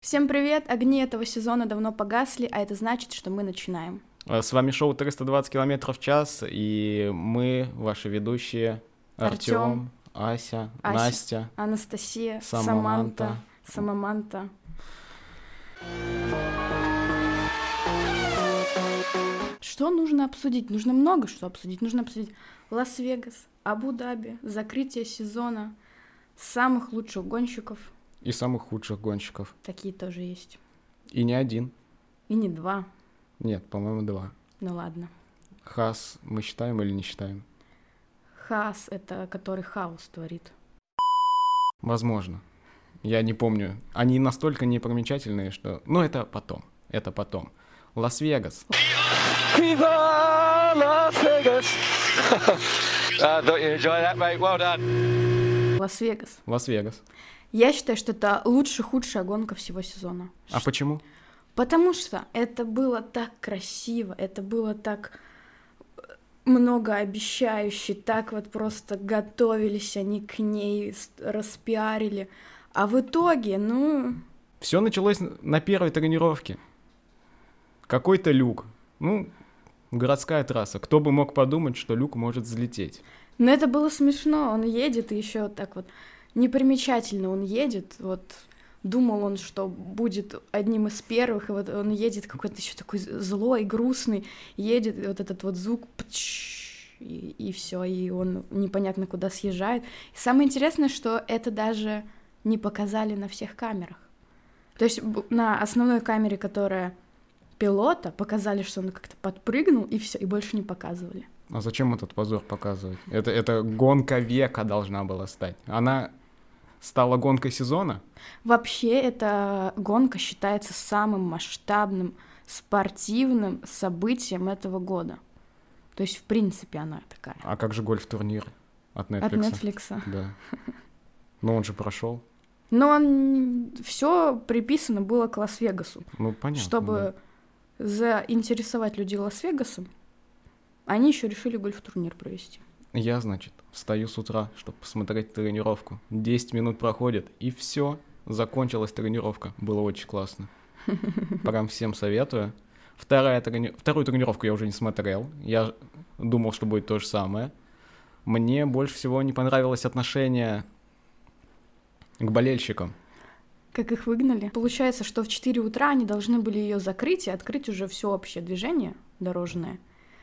Всем привет! Огни этого сезона давно погасли, а это значит, что мы начинаем. Э, С вами шоу 320 км в час, и мы, ваши ведущие, Артем, Артём, Ася, Ася, Настя, Анастасия, Саманта. Саманта, Самаманта. Что нужно обсудить? Нужно много что обсудить. Нужно обсудить Лас-Вегас, Абу-Даби, закрытие сезона, самых лучших гонщиков. и самых худших гонщиков. Такие тоже есть. И не один. И не два. Нет, по-моему, два. Ну ладно. Хас мы считаем или не считаем? Хас — это который хаос творит. Возможно. Я не помню. Они настолько непримечательные, что... Ну, это потом. Это потом. Лас-Вегас. Viva Las Vegas! I thought you enjoy that, mate. Well done. Лас-Вегас. Лас-Вегас. Я считаю, что это лучшая, худшая гонка всего сезона. А почему? Потому что это было так красиво, это было так э, многообещающе, так вот просто готовились они к ней, с- распиарили. А в итоге, ну, Все началось на первой тренировке. Какой-то люк. Ну, городская трасса. Кто бы мог подумать, что люк может взлететь. но это было смешно. Он едет и еще так вот непримечательно он едет, вот думал он, что будет одним из первых, и вот он едет какой-то еще такой з- злой, грустный, едет, и вот этот вот звук, пч, и, все, и он непонятно куда съезжает. И самое интересное, что это даже не показали на всех камерах. То есть б- на основной камере, которая пилота, показали, что он как-то подпрыгнул, и все, и больше не показывали. А зачем этот позор показывать? Это, это гонка века должна была стать. Она стала гонкой сезона? Вообще эта гонка считается самым масштабным спортивным событием этого года. То есть, в принципе, она такая. А как же гольф-турнир от Netflix? От Netflix. Да. Ну, он же прошел. Но он... все приписано было к Лас-Вегасу. Ну, понятно. да. Чтобы заинтересовать людей Лас-Вегасом, они еще решили гольф-турнир провести. Я, значит, встаю с утра, чтобы посмотреть тренировку. 10 минут проходит, и все. Закончилась тренировка. Было очень классно. Прям всем советую. Вторая трени... Вторую тренировку я уже не смотрел. Я думал, что будет то же самое. Мне больше всего не понравилось отношение к болельщикам. Как их выгнали? Получается, что в 4 утра они должны были ее закрыть и открыть уже все общее движение дорожное.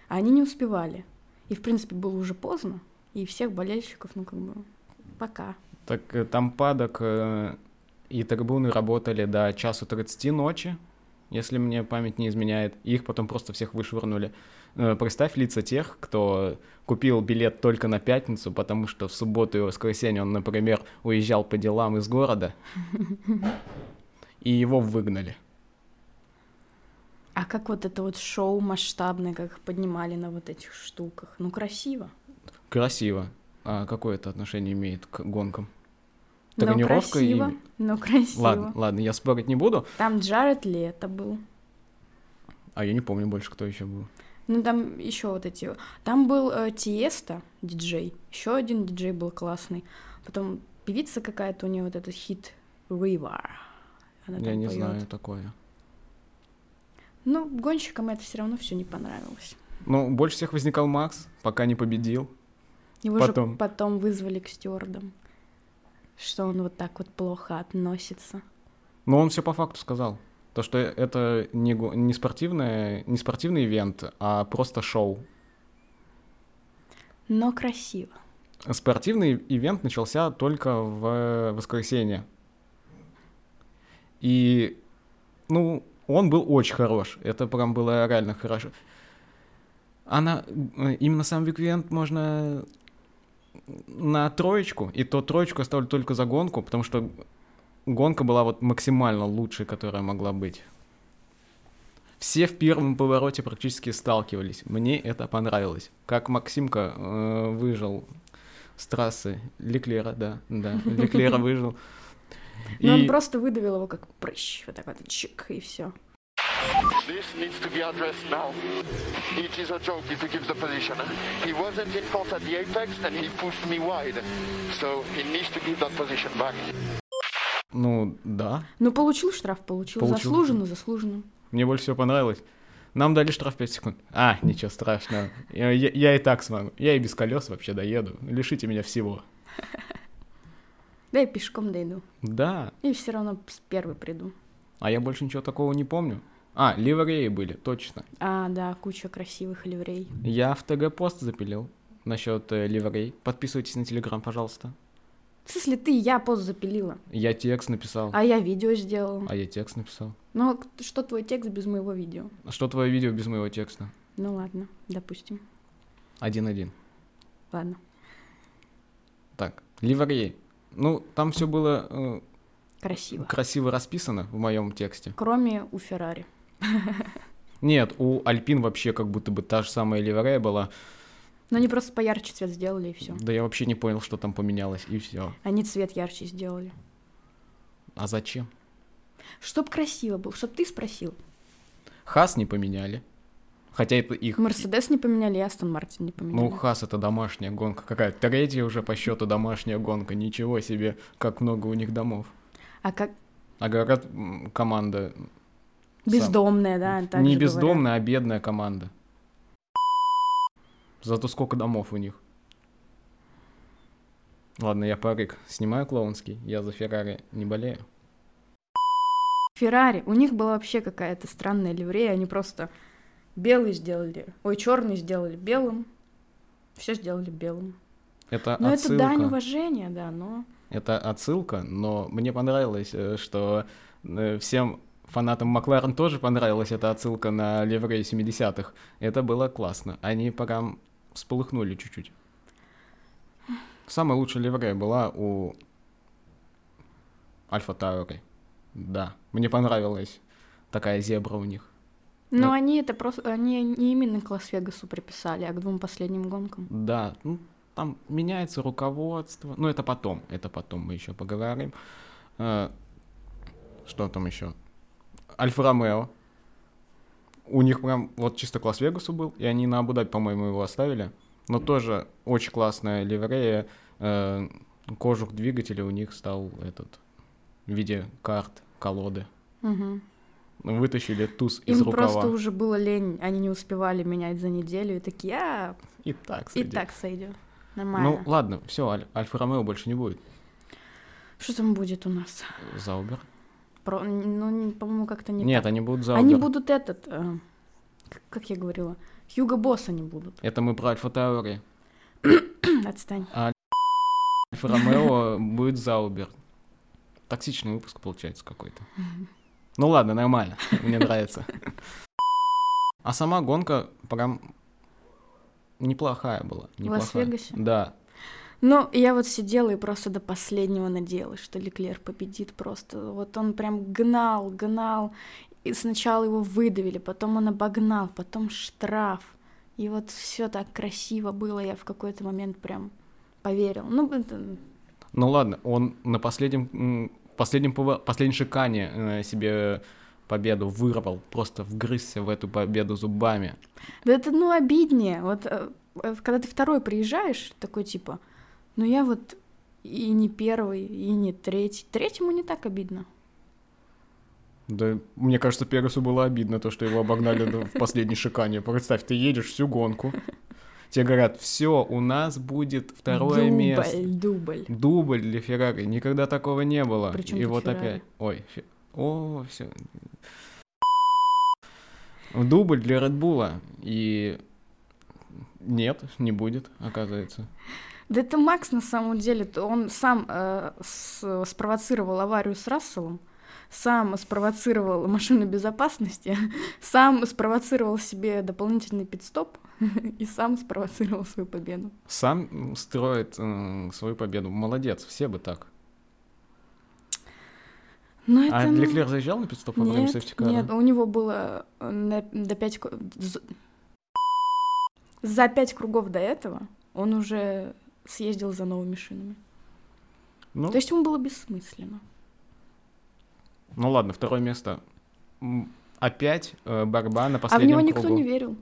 А они не успевали. И, в принципе, было уже поздно. И всех болельщиков, ну, как бы, пока. Так э, там падок э, и трибуны работали до часу 30 ночи, если мне память не изменяет. И их потом просто всех вышвырнули. Э, Представь лица тех, кто купил билет только на пятницу, потому что в субботу и воскресенье он, например, уезжал по делам из города, и его выгнали. А как вот это вот шоу масштабное, как их поднимали на вот этих штуках. Ну, красиво. Красиво. А какое это отношение имеет к гонкам? но Тренировка и- красиво, но красиво. Ладно, ладно, я спорить не буду, Там Джаред Лето был. а я не помню больше, кто еще был. Ну, там еще вот эти... Там был э, Тиеста, диджей. Еще один диджей был классный. Потом певица какая-то у нее вот этот хит River. Она Я там не поёт. знаю такое. Ну, гонщикам это все равно все не понравилось. Ну, больше всех возникал Макс, пока не победил. Его Потом. же потом вызвали к стюардам, что он вот так вот плохо относится. Но он все по факту сказал. То, что это не, гу- не, спортивное, не спортивный ивент, а просто шоу. Но красиво. Спортивный ивент начался только в воскресенье. И, ну, он был очень хорош. Это прям было реально хорошо. Она, э, именно сам Виквент можно на троечку, и то троечку оставлю только за гонку, потому что гонка была вот максимально лучшей, которая могла быть. Все в первом повороте практически сталкивались. Мне это понравилось. Как Максимка э, выжил с трассы Леклера, да, да, Леклера выжил. Но И- он просто выдавил его как прыщ, вот так вот чик, и все. This needs to be addressed now. It is a joke if he gives the position. He wasn't in front at the apex and he pushed me wide. So he needs to give that position back. Ну, да. Ну, получил штраф, получил. Получил. Заслуженно, заслуженно. Мне больше всего понравилось. Нам дали штраф 5 секунд. А, ничего страшного. Я, я- я и так смогу. Я и без колес вообще доеду. Лишите меня всего. Да я пешком дойду. Да. И все равно с- первый приду. А я больше ничего такого не помню. А, ливреи были, точно. А, да, куча красивых ливрей. Я в ТГ-пост запилил насчет э, ливрей. Подписывайтесь на Телеграм, пожалуйста. В смысле, ты, я пост запилила. Я текст написал. А я видео сделала. А я текст написал. Ну, а к- что твой текст без моего видео? А Что твое видео без моего текста? Ну ладно, допустим. Один-один. Ладно. Так, ливреи. Ну, там все было э, Красиво. красиво расписано в моем тексте. Кроме у Феррари. Нет, у Альпин вообще как будто бы та же самая ливрея была. Но Ну, они просто поярче цвет сделали и все. Да я вообще не понял, что там поменялось, и все. Они цвет ярче сделали. А зачем? Чтоб красиво было, чтоб ты спросил. Хас не поменяли. Хотя это их... Мерседес не поменяли, и Астон Мартин не поменяли. Ну, Хас это домашняя гонка. Какая третья уже по счету домашняя гонка. Ничего себе, как много у них домов. А как А говорят, м, команда... м, сам- бездомная, да, так Не же говорят. бездомная, а бедная команда. Зато сколько домов у них. Ладно, я парик снимаю клоунский. Я за Феррари не болею. Феррари, у них была вообще какая-то странная ливрея, они просто белый сделали, ой, черный сделали белым, все сделали белым. Это Но А отсылка. это дань уважения, да, но Это отсылка, но мне понравилось, э, что э, всем фанатам Макларен тоже понравилась эта отсылка на ливреи 70-х. Это было классно. Они прям всполыхнули чуть-чуть. Самая лучшая ливрея была у Альфа Таури. Да, мне понравилась такая зебра у них. но Ну. они это просто, они не именно к Лас-Вегасу приписали, а к двум последним гонкам. Да, ну, там меняется руководство. Ну, это потом, это потом мы еще поговорим. Э, Что там еще? Альфа Ромео. У них прям вот чисто к Лас-Вегасу был, и они на абу по-моему, его оставили. Но тоже очень классная ливрея. Э, Кожух двигателя у них стал этот в виде карт, колоды. Мгм. Вытащили туз из Им рукава. просто уже было лень, они не успевали менять за неделю, и такие, а, И так, и сойдёт. так сойдет. Нормально. Ну, ладно, все, Альфа Ромео больше не будет. Что там будет у нас? Заубер. Про... Ну, не- по-моему, как-то не Нет, так. они будут за Они Uber. будут этот, э, к- как я говорила, Хьюго Босс они будут. Это мы про Альфа Таури. Отстань. Альфа Ромео будет Заубер. Токсичный выпуск получается какой-то. Ну ладно, нормально. Мне нравится. А сама гонка прям неплохая была. неплохая. Лас-Вегасе? Да. Ну, я вот сидела и просто до последнего надеялась, что Леклер победит просто. Вот он прям гнал, гнал. И сначала его выдавили, потом он обогнал, потом штраф. И вот все так красиво было, я в какой-то момент прям поверил. Ну, это- Ну ладно, он на последнем, м, последнем, пова- последнем шикане э, себе победу вырвал, просто вгрызся в эту победу зубами. Да это, ну, обиднее. Вот э, э, когда ты второй приезжаешь, такой типа, ну я вот и не первый, и не третий. Третьему не так обидно. Да, мне кажется, Пегасу было обидно то, что его обогнали до- в последней шикане. Представь, ты едешь всю гонку, тебе говорят, все, у нас будет второе дубль, место. дубль. Дубль для Феррари, никогда такого не было. Причём И тут вот Феррари? опять, ой, фе- о, все. Дубль для Редбула, и нет, не будет, оказывается. Да это Макс на самом деле, то он сам э, с- спровоцировал аварию с Расселом, сам спровоцировал машину безопасности, сам спровоцировал себе дополнительный пидстоп и сам спровоцировал свою победу. Сам м, строит м, свою победу. Молодец, все бы так. Но это, А ну, Леклер заезжал на пидстоп во время Нет, сейфтикара? нет, у него было э, на- до пять... ку- з- За пять кругов до этого он уже съездил за новыми шинами. Ну, То есть ему было бессмысленно. Ну ладно, второе место. М, опять э, борьба на А в последнем него никто кругу. не верил.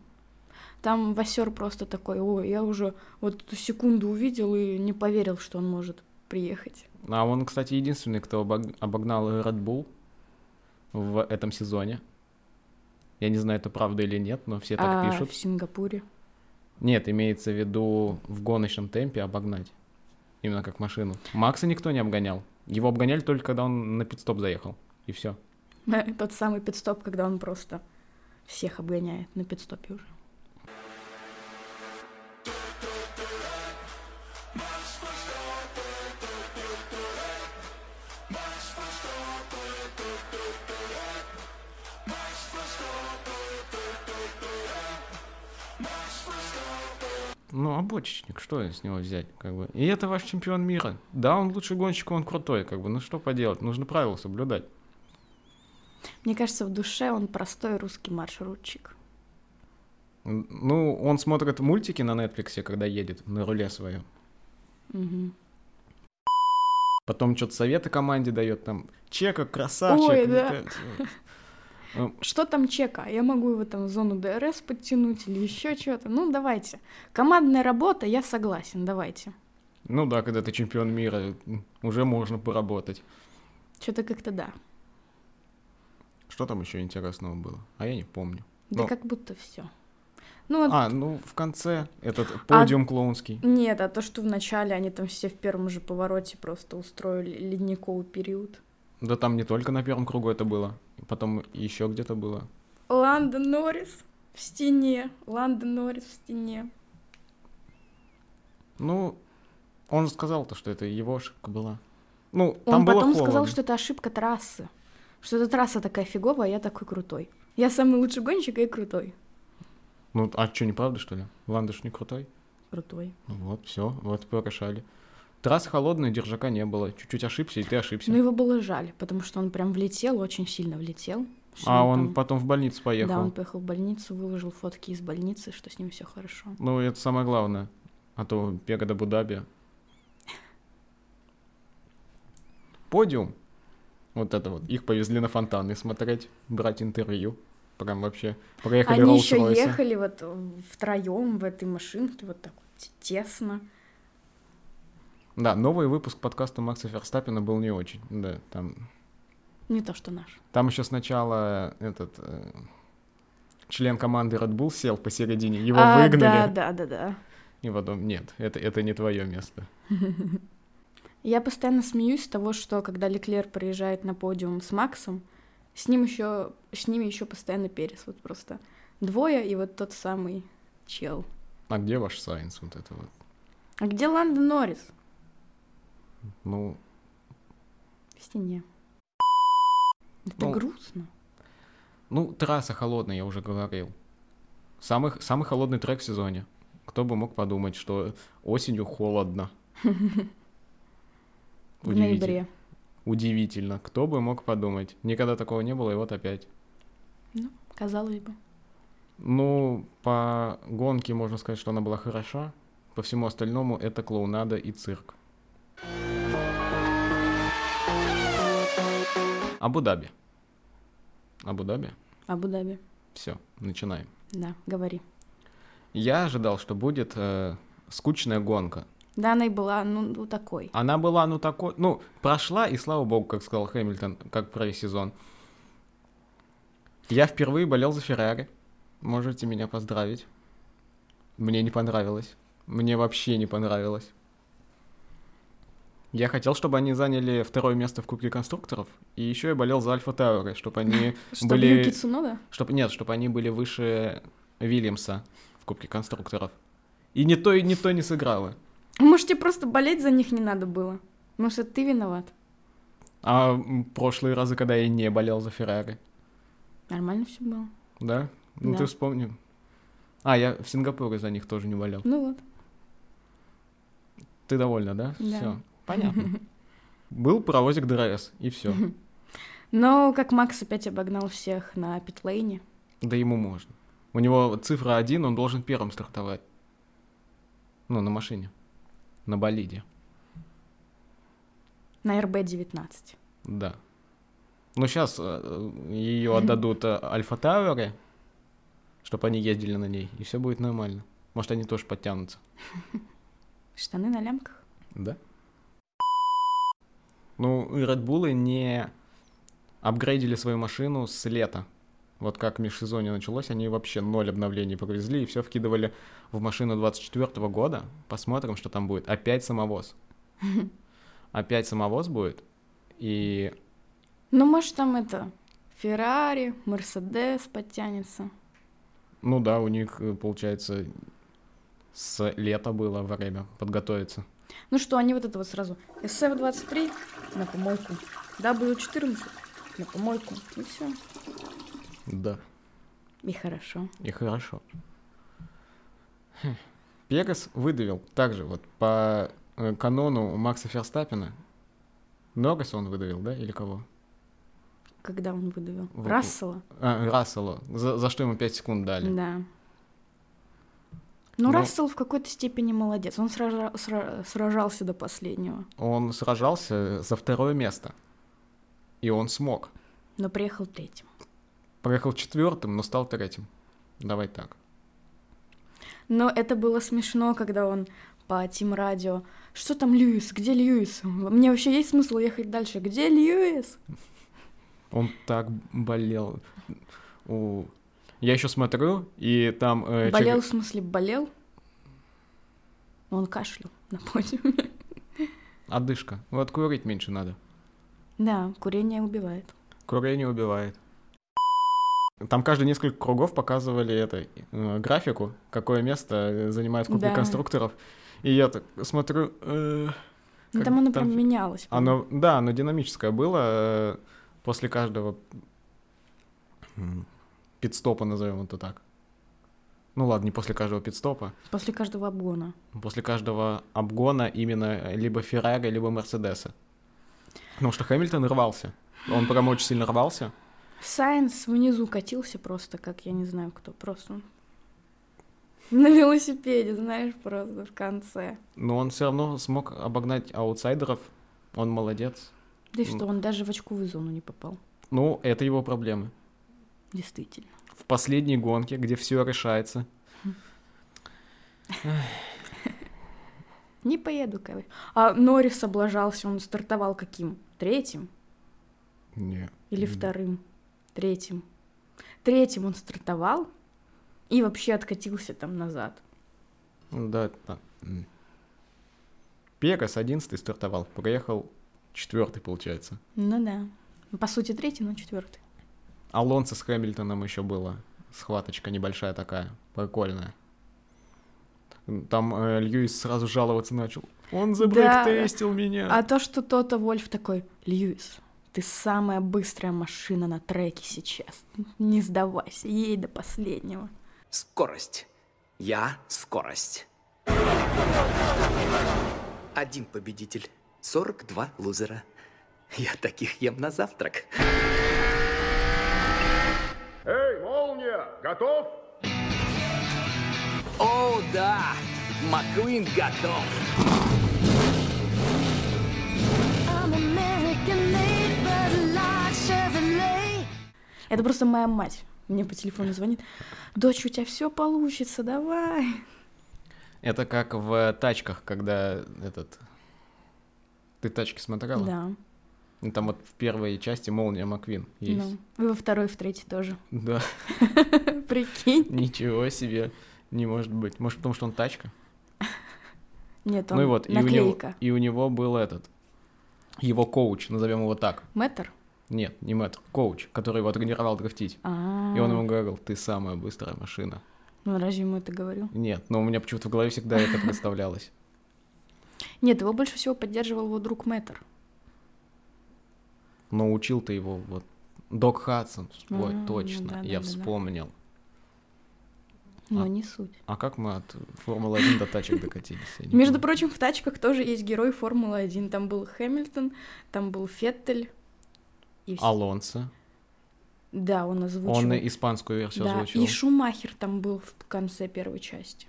Там Васер просто такой, о, я уже вот эту секунду увидел и не поверил, что он может приехать. А он, кстати, единственный, кто обог- обогнал Red Bull в этом сезоне. Я не знаю, это правда или нет, но все так а пишут. в Сингапуре. Нет, имеется в виду в гоночном темпе обогнать. Именно как машину. Макса никто не обгонял. Его обгоняли только, когда он на пидстоп заехал. И все. Э, Тот самый пидстоп, когда он просто всех обгоняет на пидстопе уже. Ну, обочечник, что с него взять, как бы. И это ваш чемпион мира. Да, он лучший гонщик, он крутой, как бы. Ну, что поделать, нужно правила соблюдать. Мне кажется, в душе он простой русский маршрутчик. М, Ну, он смотрит мультики на Нетфликсе, когда едет на руле своем. Мгм. Потом что-то советы команде дает, там, Чека, красавчик. Ой, вот да. это всё. Что там чека? Я могу его там в зону ДРС подтянуть или еще что-то. Ну, давайте. Командная работа, я согласен, давайте. Ну да, когда ты чемпион мира, м, уже можно поработать. Что-то как-то да. Что там еще интересного было? А я не помню. Да Ну. как будто все. Ну, вот А, ну, в конце этот подиум клоунский. Нет, а то, что вначале они там все в первом же повороте просто устроили ледниковый период. Да там не только на первом кругу это было. Потом еще где-то было. Ланда Норрис в стене. Ланда Норрис в стене. Ну, он же сказал то, что это его ошибка была. Ну, Он там было потом холодно. сказал, что это ошибка трассы. Что эта трасса такая фиговая, а я такой крутой. Я самый лучший гонщик, а я крутой. Ну, а что, неправда, что ли? Ландыш не крутой? Крутой. Ну вот, все, вот порешали. Трасса холодная, держака не было. Чуть-чуть ошибся, и ты ошибся. Но его было жаль, потому что он прям влетел, очень сильно влетел. Всё, а он он там- потом в больницу поехал. Да, он поехал в больницу, выложил фотки из больницы, что с ним все хорошо. Ну, это самое главное. А то бега до Будаби. Подиум. Вот это вот. Их повезли на фонтаны смотреть, брать интервью. Прям вообще. Проехали Они еще Rolls-Royce. ехали вот втроем в этой машинке, вот так вот те- тесно. Да, новый выпуск подкаста Макса Ферстаппина был не очень. Да, там Не то, что наш. Там еще сначала этот э, член команды Red Bull сел посередине, его А, Да, выгнали, да, да, да. и потом нет, это это не твое место. Я постоянно смеюсь с того, что когда Леклер приезжает на подиум с Максом, с ним еще с ними еще постоянно Перес, вот просто двое и вот тот самый чел. А где ваш Сайнс вот это вот? А где Ланда Норрис? Ну, В стене. Это Ну, грустно. ну трасса холодная, я уже говорил. Самый х- самый холодный трек в сезоне. Кто бы мог подумать, что осенью холодно. В Удивитель- ноябре. Удивительно. Кто бы мог подумать? Никогда такого не было, и вот опять. Ну, казалось бы. Ну, по гонке можно сказать, что она была хороша. По всему остальному это клоунада и цирк. Абу-Даби. Абу-Даби. Абу-Даби. Все, начинаем. Да, говори. Я ожидал, что будет э, скучная гонка. Да, она и была, ну, ну, такой. Она была, ну, такой... Ну, прошла, и слава богу, как сказал Хэмилтон, как про весь сезон. Я впервые болел за Феррари. Можете меня поздравить. Мне не понравилось. Мне вообще не понравилось. Я хотел, чтобы они заняли второе место в Кубке конструкторов. И еще я болел за Альфа Тауэра, чтобы они Что, были... Юки Цунода? Чтоб, нет, чтобы они были выше Вильямса в Кубке конструкторов. И ни то, и ни то не сыграло. Может, тебе просто болеть за них не надо было? Может, это ты виноват? А м, прошлые разы, когда я не болел за Феррари, Нормально все было. да? Ну ты Да. вспомни. А, я в Сингапуре за них тоже не болел. Ну вот. Ты довольна, да? Да. Все. Понятно. Был паровозик ДРС, и все. Но как Макс опять обогнал всех на питлейне. Да ему можно. У него цифра один, он должен первым стартовать. Ну, на машине. На болиде. На РБ-19. Да. Ну, сейчас ее отдадут э, Альфа Тауэре, чтобы они ездили на ней, и все будет нормально. Может, они тоже подтянутся. Штаны на лямках. Да. Ну, Red Bull не апгрейдили свою машину с лета. Вот как межсезонье началось, они вообще ноль обновлений повезли и все вкидывали в машину 24 года. Посмотрим, что там будет. Опять самовоз. Опять самовоз будет. И Ну, может, там это... Феррари, Мерседес подтянется. Ну да, у них, э, получается, с лета было время подготовиться. Ну что, они вот это вот сразу. SF-23 на помойку. W14 на помойку. И все. Да. И хорошо. И хорошо. Хм. Пегас выдавил также вот по э, канону Макса Ферстаппина. Норриса он выдавил, да, или кого? Когда он выдавил? Вот. Рассела? А, Рассела, за, за что ему 5 секунд дали. Да. Ну, Но- Рассел в какой-то степени молодец. Он сража- сра- сражался до последнего, Он сражался за второе место. И он смог. но приехал третьим. Проехал четвертым, но стал третьим. Давай так. Но это было смешно, когда он по Тим Радио. Что там Льюис? Где Льюис? Мне вообще есть смысл ехать дальше? Где Льюис? Он так болел. У... Я еще смотрю, и там... э, болел, чер- в смысле, болел? Но Он кашлял на подиуме. Одышка. Вот курить меньше надо. Да, курение убивает. Курение убивает. Там каждые несколько кругов показывали это э, графику, какое место э, занимает в круге Да. конструкторов. И я так смотрю, э, Ну, Как там оно там прям фи- менялось. Оно, да, оно динамическое было э, после каждого м, пидстопа, назовем это так. Ну ладно, не после каждого пидстопа, После каждого обгона. после каждого обгона именно либо Феррари, либо Мерседеса. Потому что Хэмилтон рвался. Он прям очень сильно рвался. Сайенс внизу катился просто, как я не знаю кто, просто на велосипеде, знаешь, просто в конце. Но он все равно смог обогнать аутсайдеров. Он молодец. Да и М. что, он даже в очковую зону не попал. Ну, это его проблемы. Действительно. В последней гонке, где все решается. Не поеду, короче. А Норрис облажался, он стартовал каким? Третьим Нет. или Мгм. вторым? Третьим. Третьим он стартовал и вообще откатился там назад. Ну Да, это... Пегас 11 стартовал, проехал четвертый, получается. Ну да. По сути, третий, но четвертый. Алонсо с Хэмилтоном еще было. Схваточка небольшая такая, прикольная. Там э, Льюис сразу жаловаться начал. Он забрейк-тестил меня. А то, что то-то Вольф такой, Льюис, ты самая быстрая машина на треке сейчас. Не сдавайся, ей до последнего. Скорость. Я скорость. Один победитель, 42 лузера. Я таких ем на завтрак. Эй, молния, готов? О, да! Маквин готов! I'm American made, but a lot Chevrolet. Это просто моя мать мне по телефону звонит. Дочь, у тебя все получится, давай. Это как в тачках, когда этот... Ты тачки смотрела? Да. Ну, Там вот в первой части молния Маквин есть. Ну, и во второй, в третий тоже. Да, Прикинь. ничего себе. Не может быть. Может, потому что он тачка? Нет, он Ну и вот, и у, него, наклейка. и у него был этот, его коуч, назовем его так. Мэтр? Нет, не Мэтт, коуч, который его тренировал драфтить. А, И он ему говорил, ты самая быстрая машина. Ну, разве ему это говорил? Нет, но у меня почему-то в голове всегда это представлялось. Нет, его больше всего поддерживал его друг Мэтр. Но учил ты его вот Док Хадсон. Ой, А, ну точно, да, да, я да, да. вспомнил. Но А. не суть. А как мы от Формулы-1 до тачек докатились? Я не Между понимаю. прочим, в тачках тоже есть герой Формулы-1. Там был Хэмилтон, там был Феттель. И вс- Алонсо. Да, он озвучил. Он и испанскую версию да, озвучил. и Шумахер там был в конце первой части.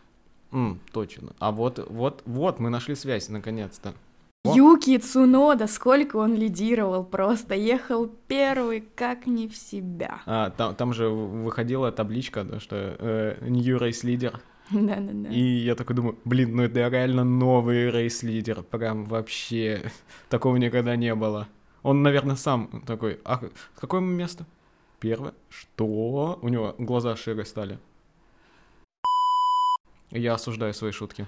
М, точно. А вот, вот, вот мы нашли связь наконец-то. Во. Юки Цунода, сколько он лидировал просто, ехал первый, как не в себя. А, там, там же выходила табличка, да, что э, New Race Leader. Да-да-да. И я такой думаю, блин, ну это реально новый Race Leader. Прям вообще такого никогда не было. Он, наверное, сам такой, а какое ему место? Первое. Что? У него глаза шире стали. Я осуждаю свои шутки.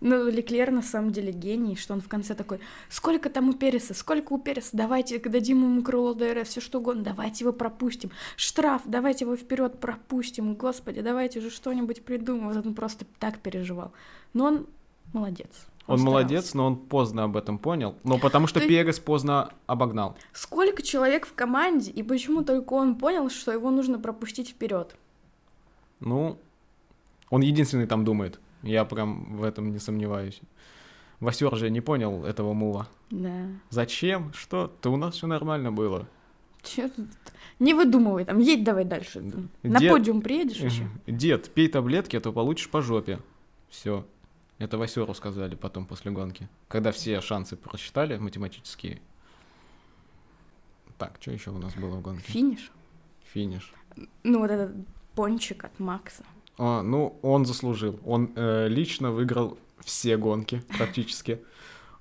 Ну, Леклер на самом деле гений, что он в конце такой, сколько там у Переса, сколько у Переса, давайте дадим ему крыло ДРС, все что угодно, давайте его пропустим, штраф, давайте его вперед пропустим, господи, давайте уже что-нибудь придумаем. Вот он просто так переживал. Но он молодец. Он старался. молодец, но он поздно об этом понял. Но потому что Ты- Перес поздно обогнал. Сколько человек в команде, и почему только он понял, что его нужно пропустить вперед? Ну, он единственный там думает. Я прям в этом не сомневаюсь. Васер же не понял этого мува. Да. Зачем? Что? Ты у нас все нормально было. Чё тут? Не выдумывай там, едь давай дальше. На Дед- подиум приедешь еще? Дед, пей таблетки, а то получишь по жопе. Все. Это Васеру сказали потом после гонки. Когда все шансы просчитали математические. Так, что еще у нас было в гонке? Финиш. Финиш. Ну, вот этот пончик от Макса. А, ну, он заслужил. Он э, лично выиграл все гонки практически.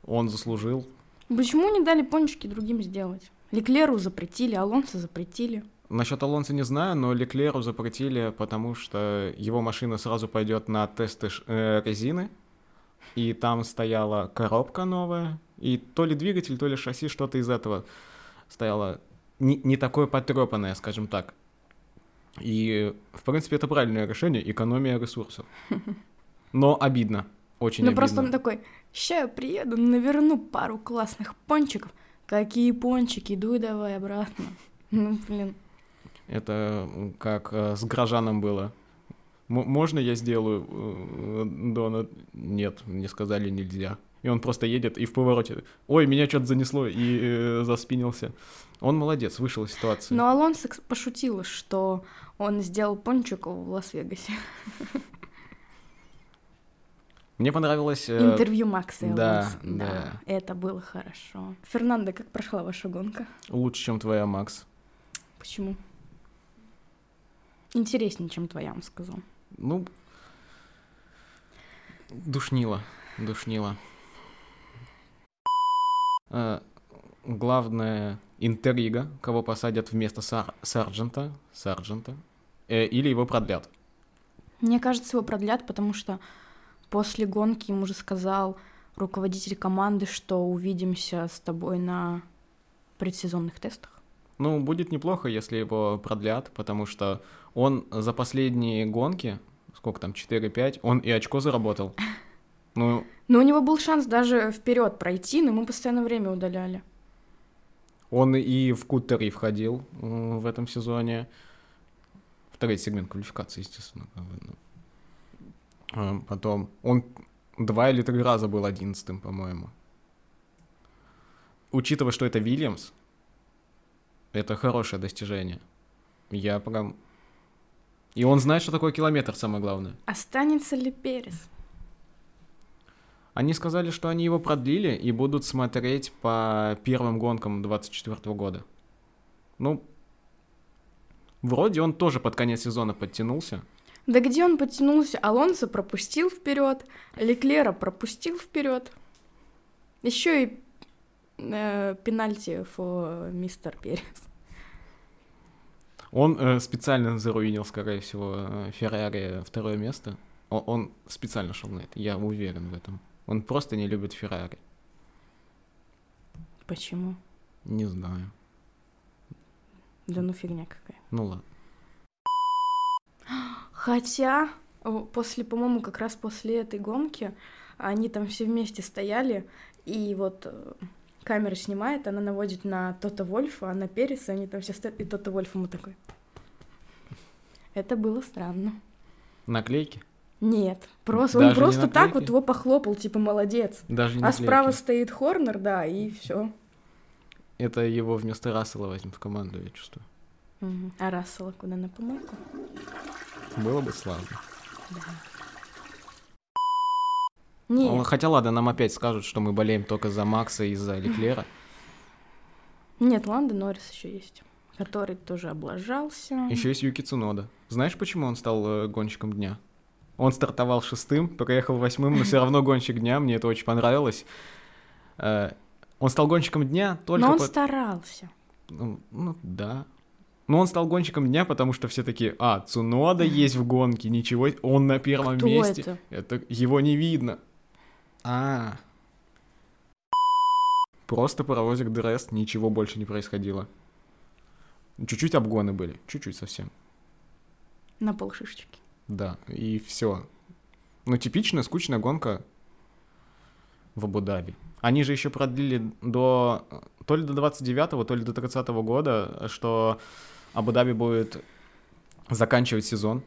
Он заслужил. Почему не дали пончики другим сделать? Леклеру запретили, Алонсо запретили. Насчет Алонса не знаю, но Леклеру запретили, потому что его машина сразу пойдет на тесты ш- э, резины, и там стояла коробка новая, и то ли двигатель, то ли шасси, что-то из этого стояло не, не такое потрепанное, скажем так. И, в принципе, это правильное решение, экономия ресурсов. Но обидно, очень ну обидно. просто он такой, ща я приеду, наверну пару классных пончиков. Какие пончики, дуй давай обратно. Ну, блин. Это м, как э, с горожаном было. М- можно я сделаю э, донат? Нет, мне сказали нельзя. И он просто едет и в повороте. Ой, меня что-то занесло и э, заспинился. Он молодец, вышел из ситуации. Но Алонсо кс- пошутил, что он сделал пончик в Лас-Вегасе. Мне понравилось. э, Интервью Макса и да, Алонсо. да. Это было хорошо. Фернандо, как прошла ваша гонка? лучше, чем твоя Макс. Почему? Интереснее, чем твоя, он сказал. Ну, душнило, душнило. Э, главное интрига, кого посадят вместо сар- сарджента, сарджента, э, или его продлят. Мне кажется, его продлят, потому что после гонки ему же сказал руководитель команды, что увидимся с тобой на предсезонных тестах. Ну, будет неплохо, если его продлят, потому что он за последние гонки, сколько там, 4-5, он и очко заработал. Ну, Но у него был шанс даже вперед пройти, но ему постоянно время удаляли. он и в Q3 входил м, в этом сезоне. В третий сегмент квалификации, естественно. как бы, ну. А, Потом он два или три раза был одиннадцатым, по-моему. Учитывая, что это Вильямс, это хорошее достижение. Я прям... И он знает, что такое километр, самое главное. Останется ли Перес? Они сказали, что они его продлили и будут смотреть по первым гонкам 24 года. Ну, вроде он тоже под конец сезона подтянулся. Да где он подтянулся? Алонсо пропустил вперед, Леклера пропустил вперед. Еще и э, пенальти фо мистер Перес. Он э, специально заруинил, скорее всего, э, Феррари второе место. О- Он, специально шел на это, я уверен в этом. Он просто не любит Феррари. Почему? Не знаю. Да ну фигня какая. Ну ладно. Хотя о, после, по-моему, как раз после этой гонки они там все вместе стояли, и вот э, камера снимает, она наводит на Тота Вольфа, а на Переса, они там все стоят, и Тота Вольф ему такой. Это было странно. Наклейки? Нет, просто Даже он не просто так наклейки? вот его похлопал, типа молодец. Даже не А справа наклейки. стоит Хорнер, да, и все. Это его вместо Рассела возьмут в команду, я чувствую. А Рассела куда на помойку? Было бы славно. Нет, Хотя ладно, нам опять скажут, что мы болеем только за Макса и за Леклера. нет, Ланда Норрис еще есть, который тоже облажался. Еще есть Юки Цунода. Знаешь, почему он стал э, гонщиком дня? Он стартовал шестым, проехал восьмым, но все равно гонщик дня. Мне это очень понравилось. Э, Он стал гонщиком дня только... Но он по- старался. Ну, ну, да. Но он стал гонщиком дня, потому что все такие, а, Цунода есть в гонке, ничего, он на первом Кто месте. Это? его не видно. А. Просто паровозик Дресс, ничего больше не происходило. Чуть-чуть обгоны были, чуть-чуть совсем. На полшишечки. Да, и все. Ну, типичная скучная гонка в Абу-Даби. Они же еще продлили до то ли до 29-го, то ли до 30-го года, что Абу-Даби будет заканчивать сезон.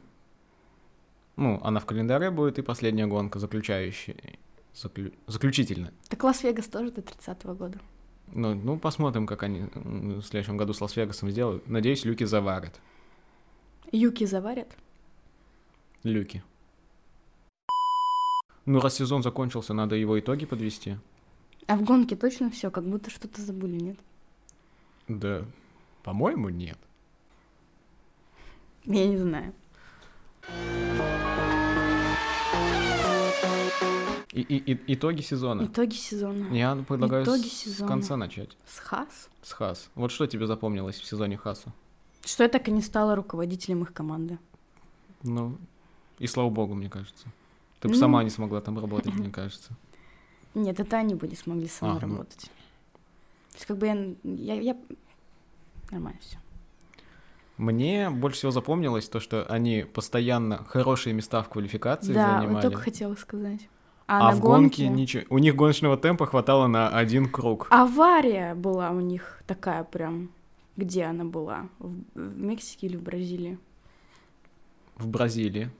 Ну, она в календаре будет и последняя гонка, заключающая. заклю- заключительная. Так Лас-Вегас тоже до 30-го года. Ну, ну, посмотрим, как они м, в следующем году с Лас-Вегасом сделают. Надеюсь, люки заварят. Юки заварят. Люки. Ну, раз сезон закончился, надо его итоги подвести. А в гонке точно все, как будто что-то забыли, нет? Да, по-моему, нет. Я не знаю. И, и- и- итоги сезона. Итоги сезона. Я предлагаю Итоги с сезона. конца начать. С Хас? С Хас. Вот что тебе запомнилось в сезоне Хаса? Что я так и не стала руководителем их команды. Ну, и слава богу, мне кажется. Ты бы Ну. сама не смогла там работать, мне кажется. Нет, это они бы не смогли со мной А, ну. работать. То есть как бы я... я- я- Нормально все. Мне больше всего запомнилось то, что они постоянно хорошие места в квалификации Да, вот занимали. только хотела сказать. на А, в гонке, гонке- ничего. У них гоночного темпа хватало на один круг. Авария была у них такая прям. Где она была? В, в Мексике или в Бразилии? В Бразилии.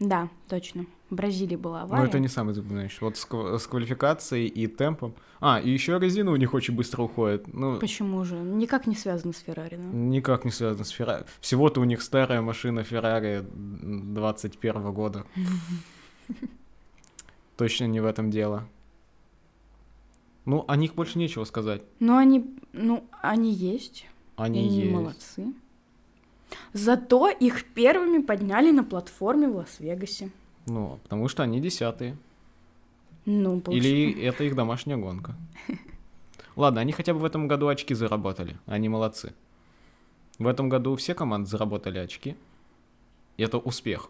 Да, точно. В Бразилии была Но авария. Ну, это не самый запоминающий. Вот с, ква- с квалификацией и темпом. А, и еще резина у них очень быстро уходит. Ну, Почему же? Никак не связано с Феррари, да? Никак не связано с Феррари. Всего-то у них старая машина Феррари 21 года. Точно не в этом дело. Ну, о них больше нечего сказать. Но они, ну, они есть. Они и они есть. молодцы. Зато их первыми подняли на платформе в Лас-Вегасе. Ну, потому что они десятые. Ну, получ- Или это их домашняя гонка. Ладно, они хотя бы в этом году очки заработали. Они молодцы. В этом году все команды заработали очки. И это успех.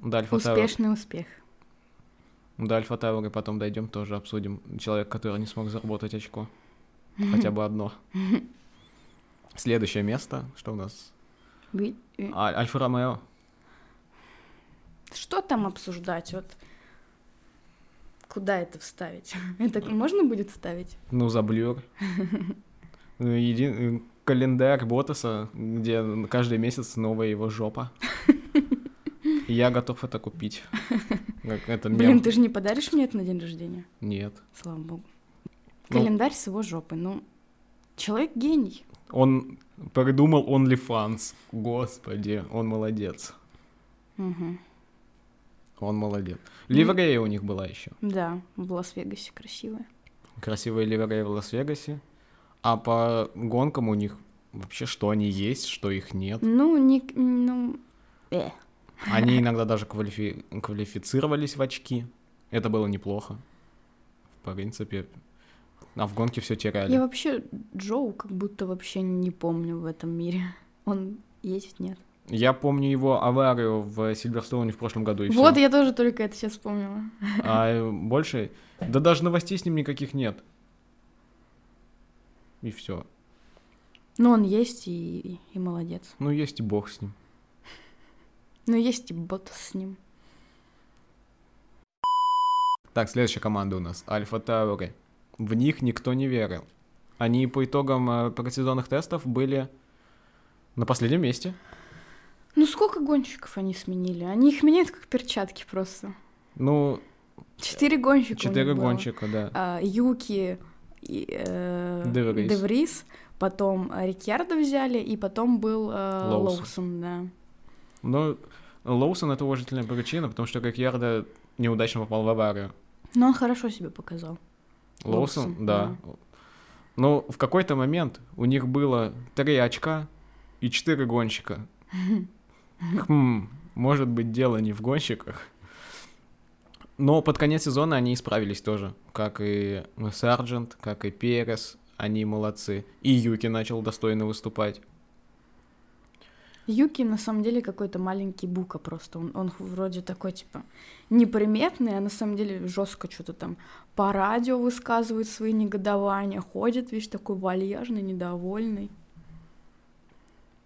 Да, Альфа Таuri- Успешный успех. До Альфа Тауэра потом дойдем, тоже обсудим. Человек, который не смог заработать очко. Хотя бы одно. Следующее место, что у нас? Вы- э, А, Альфа Ромео. Что там обсуждать? Вот куда это вставить? Это можно будет вставить? Ну, заблюр. Ну, еди- Календарь Ботаса, где каждый месяц новая его жопа. Я готов это купить. Как это мем. Блин, ты же не подаришь мне это на день рождения? Нет. Слава богу. Ну. Календарь с его жопы. Ну, человек гений. Он придумал OnlyFans. Господи, он молодец. Мгм. Он молодец. Ливрея у них была еще. Да, в Лас-Вегасе красивая. красивые ливреи в Лас-Вегасе, а по гонкам у них вообще что они есть, что их нет. Ну, не... к- Ну... э. Они иногда даже квалифи- квалифицировались в очки. Это было неплохо. В принципе. А в гонке все Я теряли. вообще Джоу как будто вообще не помню в этом мире. Он есть, нет? Я помню его аварию в Сильверстоуне в прошлом году и всё. вот, я тоже только это сейчас вспомнила. А больше... Да даже новостей с ним никаких нет. И все. Но Ну, он есть и, и молодец. Ну, есть и бог с ним. Но есть и бот с ним. Так, следующая команда у нас. Альфа Таури. В них никто не верил. Они по итогам э, предсезонных тестов были на последнем месте. Ну сколько гонщиков они сменили? Они их меняют как перчатки просто. Ну, Четыре гонщика. у четыре них было. гонщика, да. А, Юки и э, Де Врис. Де Врис, потом э, Рикьярдо взяли, и потом был э, Лоусон. Лоусон, да. Но Лоусон — это уважительная причина, потому что как Ярда неудачно попал в аварию. Но Ну, он хорошо себя показал. Лоусон, Лоусон, да. Но в какой-то момент у них было три очка и четыре гонщика. Хм, может быть, дело не в гонщиках. Но под конец сезона они исправились тоже. Как и э, Сарджент, как и Перес. Они молодцы. И Юки начал достойно выступать. Юки на самом деле какой-то маленький бука просто. Он, он вроде такой, типа, неприметный, а на самом деле жестко что-то там по радио высказывает свои негодования, ходит весь такой вальяжный, недовольный.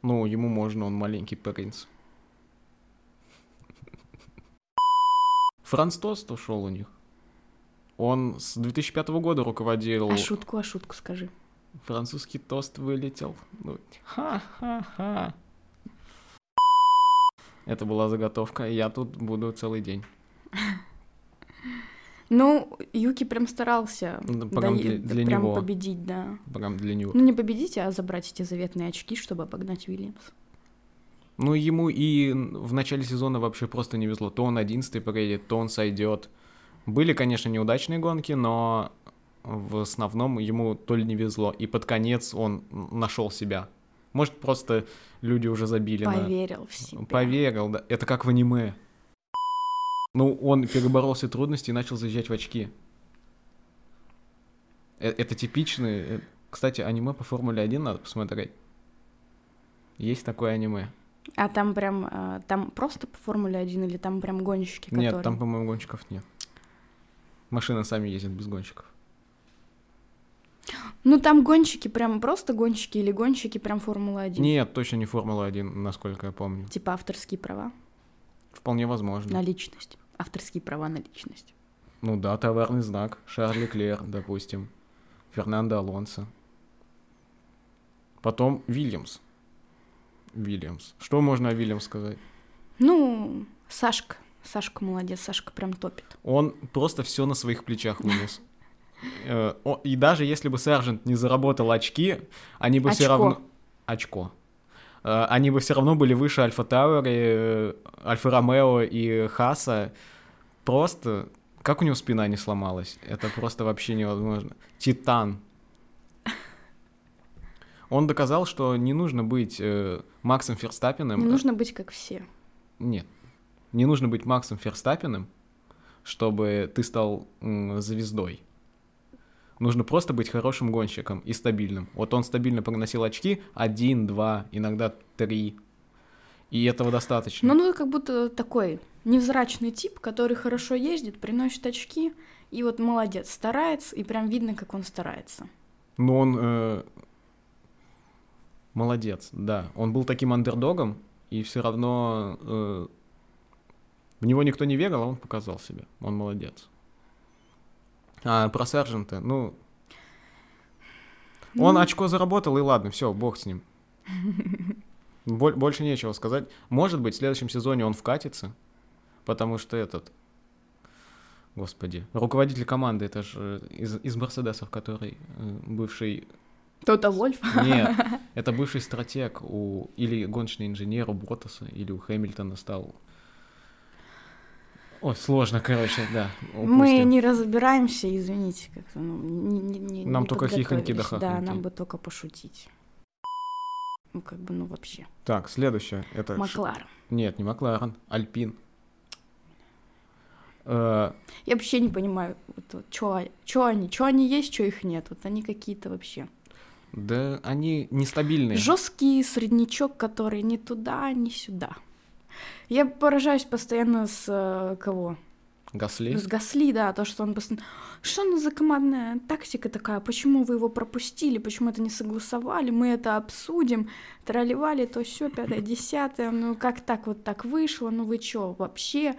Ну, ему можно, он маленький принц. Франц Тост ушел у них. Он с 2005 года руководил... А шутку, а шутку скажи. Французский тост вылетел. Ну, ха-ха-ха. Это была заготовка. Я тут буду целый день. Ну, Юки прям старался Ну, да, прям дое- для- для прям него. победить, да. Прям для него. Ну, не победить, а забрать эти заветные очки, чтобы обогнать Уильямс. Ну, ему и в начале сезона вообще просто не везло. То он 11 поедет, то он сойдет. Были, конечно, неудачные гонки, но в основном ему то ли не везло. И под конец он нашел себя. Может, просто люди уже забили на... Поверил в себя. а Поверил, да. Это как в аниме. Ну, он переборол все трудности и начал заезжать в очки. Э, Это типичный... э, Кстати, аниме по Формуле 1 надо посмотреть. Есть такое аниме. А там прям, а, там просто по Формуле 1 или там прям гонщики, которые... Нет, там, по-моему, гонщиков нет. Машины сами ездят без гонщиков. Ну, там гонщики прям просто гонщики или гонщики прям Формула 1? Нет, точно не Формула 1, насколько я помню. Типа авторские права Вполне возможно. на личность. Авторские права на личность. Ну да, товарный знак. Шарли Клер, допустим. Фернандо Алонсо. Потом Вильямс. Вильямс. Что можно о Вильямс сказать? Ну, Сашка. Сашка молодец, Сашка прям топит. Он просто все на своих плечах вынес. Э, о- И даже если бы Сержант не заработал очки, они бы все Очко. равно... Очко. Э, Они бы все равно были выше Альфа Тауэри, Альфа Ромео и Хаса. Просто... Как у него спина не сломалась? Это просто вообще невозможно. Титан. Он доказал, что не нужно быть э, Максом Ферстаппиным. Не нужно быть как все. Нет. Не нужно быть Максом Ферстаппиным, чтобы ты стал м, звездой. Нужно просто быть хорошим гонщиком и стабильным. Вот он стабильно приносил очки один, два, иногда три. И этого достаточно. Ну, ну, как будто такой невзрачный тип, который хорошо ездит, приносит очки, и вот молодец, старается, и прям видно, как он старается. Но он э, молодец, да. Он был таким андердогом, и все равно э, в него никто не верил, а он показал себя. Он молодец. А про сержанта, ну, он очко заработал, и ладно, все, бог с ним. Боль- больше нечего сказать. Может быть, в следующем сезоне он вкатится, потому что этот, господи, руководитель команды, это же из, из Мерседесов, который э, бывший То-то Вольф. нет, это бывший стратег у или гоночный инженер у Ботаса, или у Хэмилтона стал. Ой, сложно, короче, да. Мы упустим. не разбираемся, извините, как-то ну, не, не- не- Нам не только хихоньки да подготовились. Да, хахоньки. нам бы только пошутить. Ну, как бы, ну, вообще. Так, следующее. Это ш- Маклар. Нет, не Макларен, Альпин. Э, Я вообще не понимаю, вот, вот, чё чё они, чё они есть, чё их нет. Вот они какие-то вообще. да, они нестабильные. Жесткий среднячок, который ни туда, ни сюда. Я поражаюсь постоянно с э, кого? Гасли. С Гасли, да, то, что он постоянно... Что она за командная тактика такая? Почему вы его пропустили? Почему это не согласовали? Мы это обсудим. Тролливали то все, пятое, десятое. Ну, как так вот так вышло? Ну, вы чё вообще?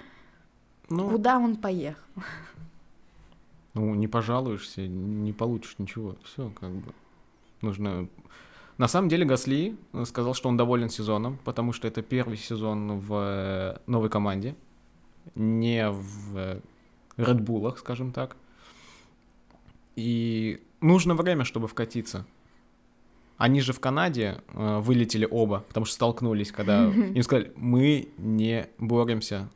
Ну, Куда он поехал? ну, не пожалуешься, не получишь ничего. Все, как бы. Нужно. На самом деле Гасли э, сказал, что он доволен сезоном, потому что это первый сезон в э, новой команде, не в э, Red Bull'ах, скажем так. И нужно время, чтобы вкатиться. Они же в Канаде э, вылетели оба, потому что столкнулись, когда им сказали, мы не боремся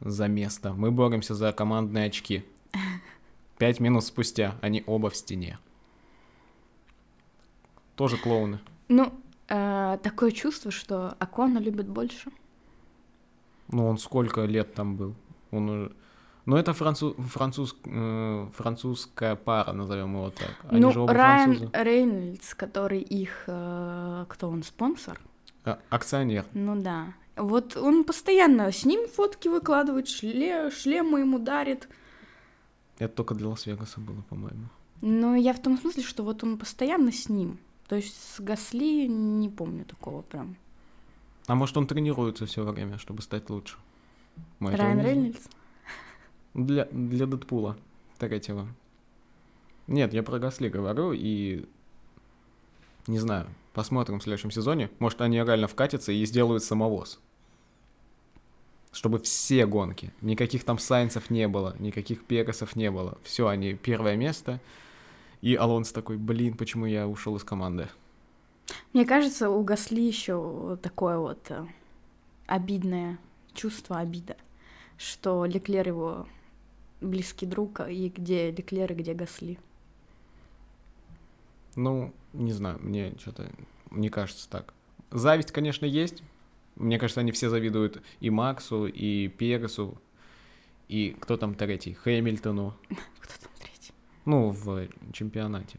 за место. Мы боремся за командные очки. Пять минут спустя они оба в стене. Тоже клоуны. Ну, э, такое чувство, что Акона любит больше. Ну, он сколько лет там был? Он уже... Ну, это француз, француз, э, французская пара, назовем его так. Они же ну, оба Райан французы. Рейнольдс, который их, э, кто он, спонсор? А, акционер. Ну да. Вот он постоянно с ним фотки выкладывает, шле, шлемы ему дарит. Это только для Лас-Вегаса было, по-моему. Но я в том смысле, что вот он постоянно с ним. То есть с Гасли не помню такого прям. А может, он тренируется все время, чтобы стать лучше? Мы этого Райан А не знаем. Рейнольдс? Для, для Дэдпула третьего. Нет, я про Гасли говорю и... Не знаю, посмотрим в следующем сезоне. Может, они реально вкатятся и сделают самовоз. Чтобы все гонки. Никаких там Сайнсов не было, никаких Пегасов не было. Все, они первое место. И Алонс такой, блин, почему я ушел из команды? Мне кажется, у Гасли еще такое вот э, обидное чувство обида, что Леклер его близкий друг, а и где Леклер, и где Гасли. Ну, не знаю, мне что-то не кажется так. Зависть, конечно, есть. Мне кажется, они все завидуют и Максу, и Пегасу, и кто там третий? Хэмилтону. Кто там третий? Ну, в чемпионате.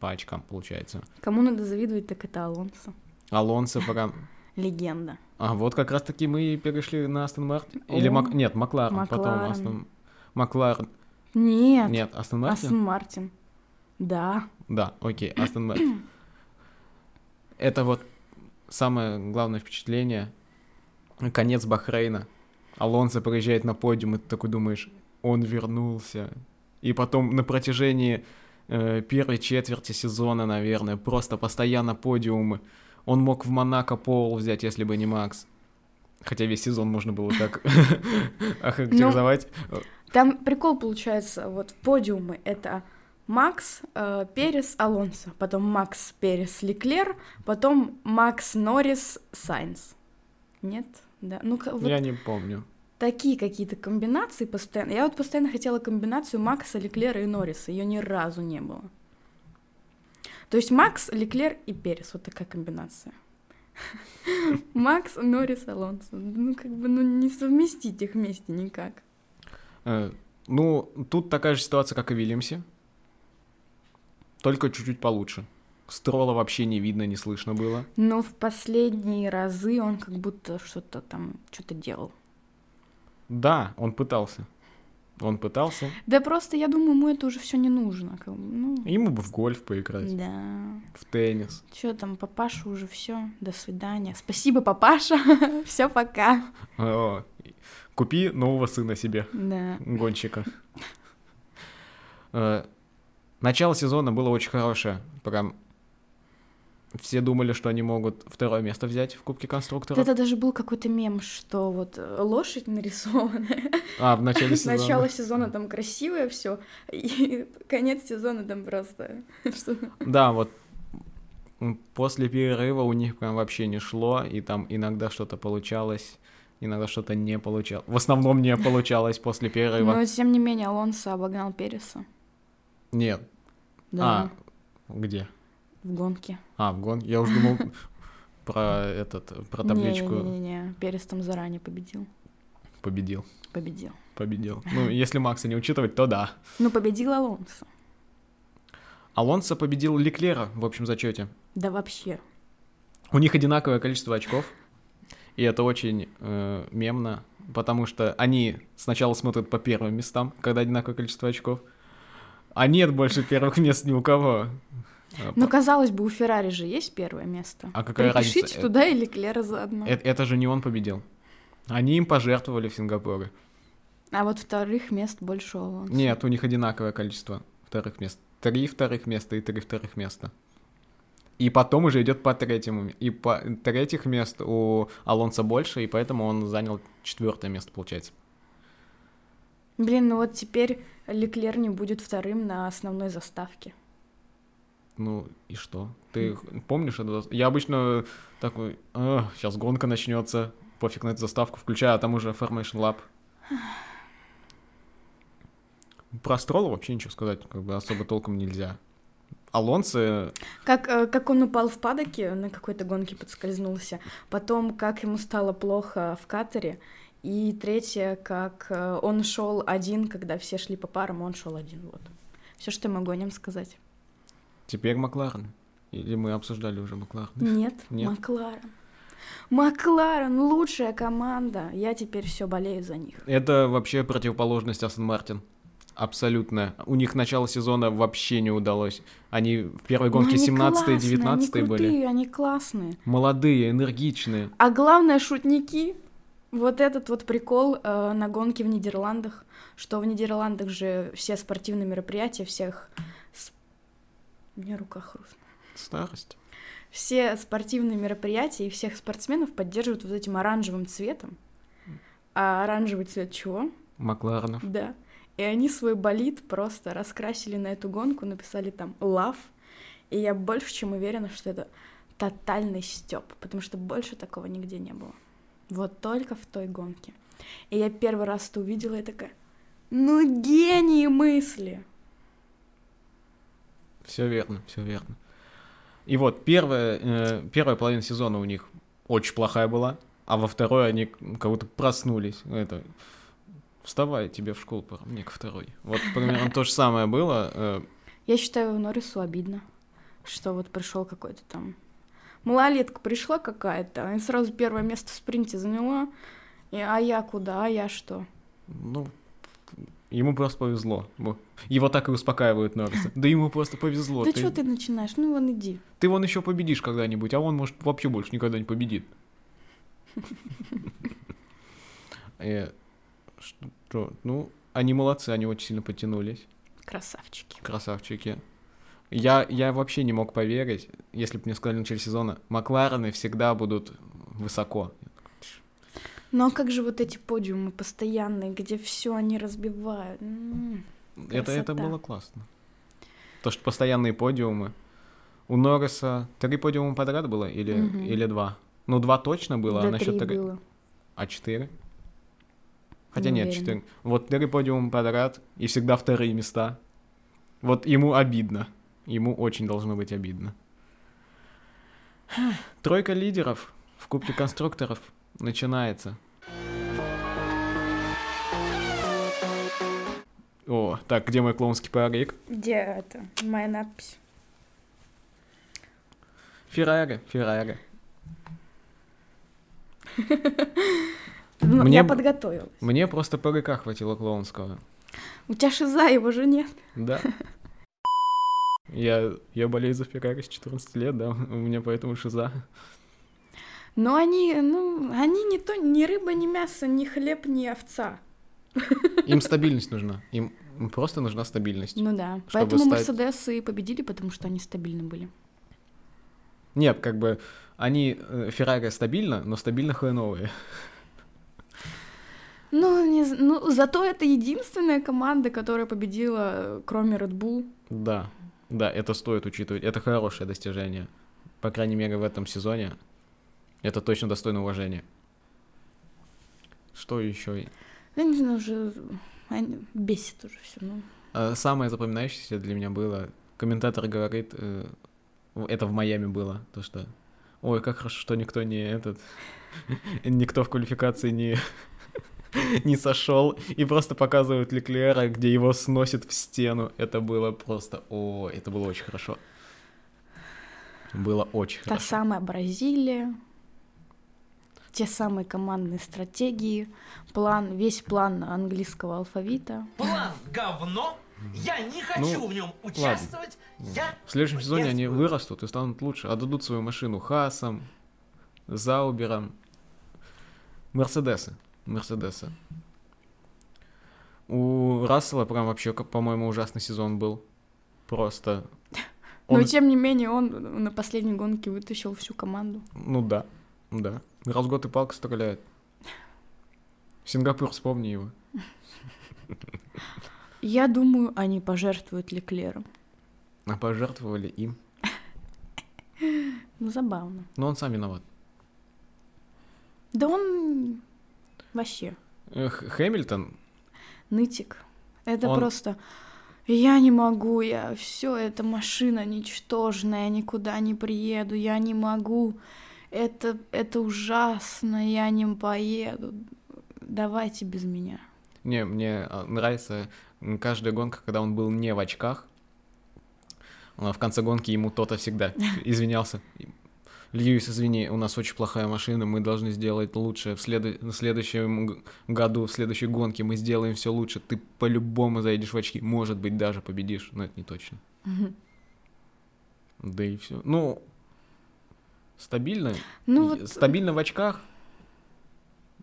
По очкам, получается. Кому надо завидовать, так это Алонсо. Алонсо пока... Легенда. А вот как раз-таки мы и перешли на Астон Мартин. Или О. Мак... Нет, Макларен. Потом Макларен. Астон... Макларен. Нет, Нет, Астон Мартин. Астон Мартин. Да. Да, окей, Астон Мартин. Это вот самое главное впечатление. Конец Бахрейна. Алонсо приезжает на подиум, и ты такой думаешь, он вернулся. И потом на протяжении э, первой четверти сезона, наверное, просто постоянно подиумы. Он мог в Монако пол взять, если бы не Макс. Хотя весь сезон можно было так охарактеризовать. Там прикол получается, вот подиумы — это Макс, э, Перес, Алонсо, потом Макс, Перес, Леклер, потом Макс, Норрис, Сайнс. Нет? Да. Ну, ка- вот Я не помню. такие какие-то комбинации постоянно. Я вот постоянно хотела комбинацию Макса, Леклера и Норриса. Ее ни разу не было. То есть Макс, Леклер и Перес. Вот такая комбинация. Макс, Норрис, Алонсо. Ну, как бы, ну, не совместить их вместе никак. Э, Ну, тут такая же ситуация, как и в Вильямсе. Только чуть-чуть получше. Строла вообще не видно, не слышно было. Но в последние разы он как будто что-то там, что-то делал. Да, он пытался. Он пытался. Да просто, я думаю, ему это уже все не нужно. Как бы, ну, Ему бы в гольф поиграть, да. в теннис. Че там, папаша уже все. До свидания. Спасибо, папаша. все, пока. О, и- Купи нового сына себе, Да. гонщика. Э, Начало сезона было очень хорошее. Прям все думали, что они могут второе место взять в Кубке Вот конструкторов. Это даже был какой-то мем, что вот э, лошадь нарисованная. А, в начале сезона. Начало сезона там красивое все, и конец сезона там просто. что- Да, вот м, после перерыва у них прям вообще не шло, и там иногда что-то получалось, иногда что-то не получалось. В основном не получалось после перерыва. Но тем не менее Алонсо обогнал Переса. Нет. Да. А, где? В гонке. А, в гон. Я уже думал про этот, про табличку Не-не-не, Перес там заранее победил. победил. Победил. Победил. Ну, если Макса не учитывать, то да. Ну, победил Алонсо. Алонсо победил Леклера в общем зачете. Да вообще. У них одинаковое количество очков, и это очень э, мемно, потому что они сначала смотрят по первым местам, когда одинаковое количество очков, а нет больше первых мест ни у кого. Э, Ну, по- казалось бы, у Феррари же есть первое место. А какая Припишите разница? туда или Клера заодно. э- это же не он победил. Они им пожертвовали в Сингапуре. А вот вторых мест больше у Алонсо. Нет, у них одинаковое количество вторых мест. Три вторых места и три вторых места. И потом уже идет по третьему. И по третьих мест у Алонса больше, и поэтому он занял четвертое место, получается. Блин, ну вот теперь Леклер не будет вторым на основной заставке. Ну и что? Ты х- помнишь это? Я обычно такой, сейчас гонка начнется, пофиг на эту заставку, включаю, а там уже Formation Lab. Про Строла вообще ничего сказать как бы особо толком нельзя. Алонсо, Как, э, как он упал в падоке, на какой-то гонке подскользнулся. Потом, как ему стало плохо в Катаре. И третье, как э, он шел один, когда все шли по парам, он шел один. Вот. Все, что я могу о нем сказать. теперь Макларен. Или мы обсуждали уже Макларен. Нет, Нет. Макларен. Макларен лучшая команда. Я теперь все болею за них. Это вообще противоположность Астон Мартин. Абсолютно. У них начало сезона вообще не удалось. Они в первой Но гонке Ну, они 17 классные, 19 они были. крутые, Они классные. Молодые, энергичные. А главное, шутники. Вот этот вот прикол э, на гонке в Нидерландах, что в Нидерландах же все спортивные мероприятия, всех... с- У меня рука хрустит. Старость. Все спортивные мероприятия и всех спортсменов поддерживают вот этим оранжевым цветом. А оранжевый цвет чего? Макларенов. Да. И они свой болид просто раскрасили на эту гонку, написали там «Love». И я больше чем уверена, что это тотальный стёб, потому что больше такого нигде не было. Вот только в той гонке. И я первый раз это увидела и такая «Ну гении мысли!» Все верно, все верно. И вот первая, э, первая половина сезона у них очень плохая была, а во второй они как будто проснулись. Это вставай, тебе в школу пора, мне ко второй. Вот примерно то же самое было. э, Я считаю, Норрису обидно, что вот пришел какой-то там... Малолетка пришла какая-то, и сразу первое место в спринте заняла. И, а я куда, а я что? Ну, ему просто повезло. Во. Его так и успокаивают Норриса. Да ему просто повезло. да что ты начинаешь? Ну вон иди. ты вон еще победишь когда-нибудь, а он, может, вообще больше никогда не победит. Э, Что? Ну, они молодцы, они очень сильно потянулись. Красавчики. Красавчики. Я, я вообще не мог поверить, если бы мне сказали в начале сезона, Макларены всегда будут высоко. Ну а как же вот эти подиумы постоянные, где все они разбивают? М-м-м. М, Это, это Красота. было классно. То, что постоянные подиумы. У Норриса три подиума подряд было или, Мгм. или два? Ну, два точно было, да а насчет три три... было. А четыре? Хотя Не нет, уверена. четыре. Вот три подиума подряд и всегда вторые места. Вот ему обидно. Ему очень должно быть обидно. Тройка лидеров в Кубке конструкторов начинается. О, так, где мой клоунский парик? Где это? Моя надпись. Феррари, Феррари. Ну, Мне Я б- подготовилась. Мне просто парика хватило клоунского. У тебя шиза, его же нет. Да. Я, я болею за Феррари с 14 лет, да, у меня поэтому шиза. Но они, ну, они не то, ни рыба, ни мясо, ни хлеб, ни овца. Им стабильность нужна, им просто нужна стабильность. Ну да. Чтобы Поэтому стать- Мерседес и победили, потому что они стабильны были. Нет, как бы они, э, Феррари стабильно, но стабильно хреновые. Ну, не... з- ну, зато это единственная команда, которая победила, э, кроме Red Bull. Да, да, это стоит учитывать, это хорошее достижение. По крайней мере, в этом сезоне это точно достойно уважения. Что еще? Я не знаю, уже они- бесит уже все. Ну, Э, Самое запоминающееся для меня было, комментатор говорит, э, в- это в Майами было, то что, ой, как хорошо, что никто не этот, никто в квалификации не не сошел и просто показывают Леклера, где его сносит в стену. Это было просто, о, это было очень хорошо. Было очень Та хорошо. самая Бразилия, те самые командные стратегии, план, весь план английского алфавита. План говно. Я не хочу в нем участвовать. Я В следующем сезоне они Приветствую. вырастут и станут лучше, отдадут свою машину Хасам, Зауберам, Мерседесы, Мерседесы. У Рассела прям вообще, как, по-моему, ужасный сезон был. Просто... Но Он- тем не менее он на последней гонке вытащил всю команду. Ну да, да. Раз в год и палка стреляет. Сингапур, вспомни его. Я думаю, они пожертвуют Леклеру. А пожертвовали им. Ну, забавно. Но он сам виноват. Да он вообще. Э, э, Х- Хэмилтон, Нытик. Это Он- просто я не могу, я все, эта машина ничтожная, я никуда не приеду, я не могу. Это, это ужасно, я не поеду. Давайте без меня. не, мне а, нравится м, каждая гонка, когда он был не в очках. А, В конце гонки ему то-то всегда извинялся. Льюис, извини, у нас очень плохая машина, мы должны сделать лучше. В, следу- в следующем г- году, в следующей гонке мы сделаем все лучше. Ты по-любому заедешь в очки, может быть, даже победишь, но это не точно. Да и все. Ну, стабильно. Ну И- вот, Стабильно в очках,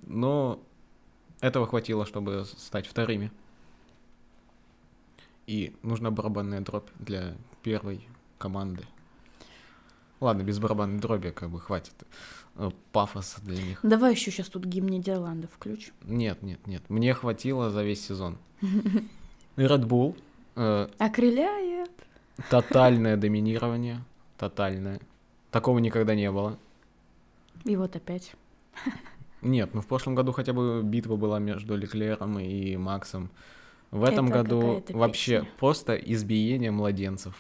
но этого хватило, чтобы с- стать вторыми. И нужна барабанная дробь для первой команды. Ладно, без барабанной дроби как бы хватит э, пафоса для них. давай еще сейчас тут гимн Нидерландов включим. Нет, нет, нет. Мне хватило за весь сезон. И Red Bull. э, «А Окрыляет. тотальное доминирование. Тотальное. Такого никогда не было. И вот опять. Нет, ну в прошлом году хотя бы битва была между Леклером и Максом. В этом Это году какая-то вообще песня. просто избиение младенцев.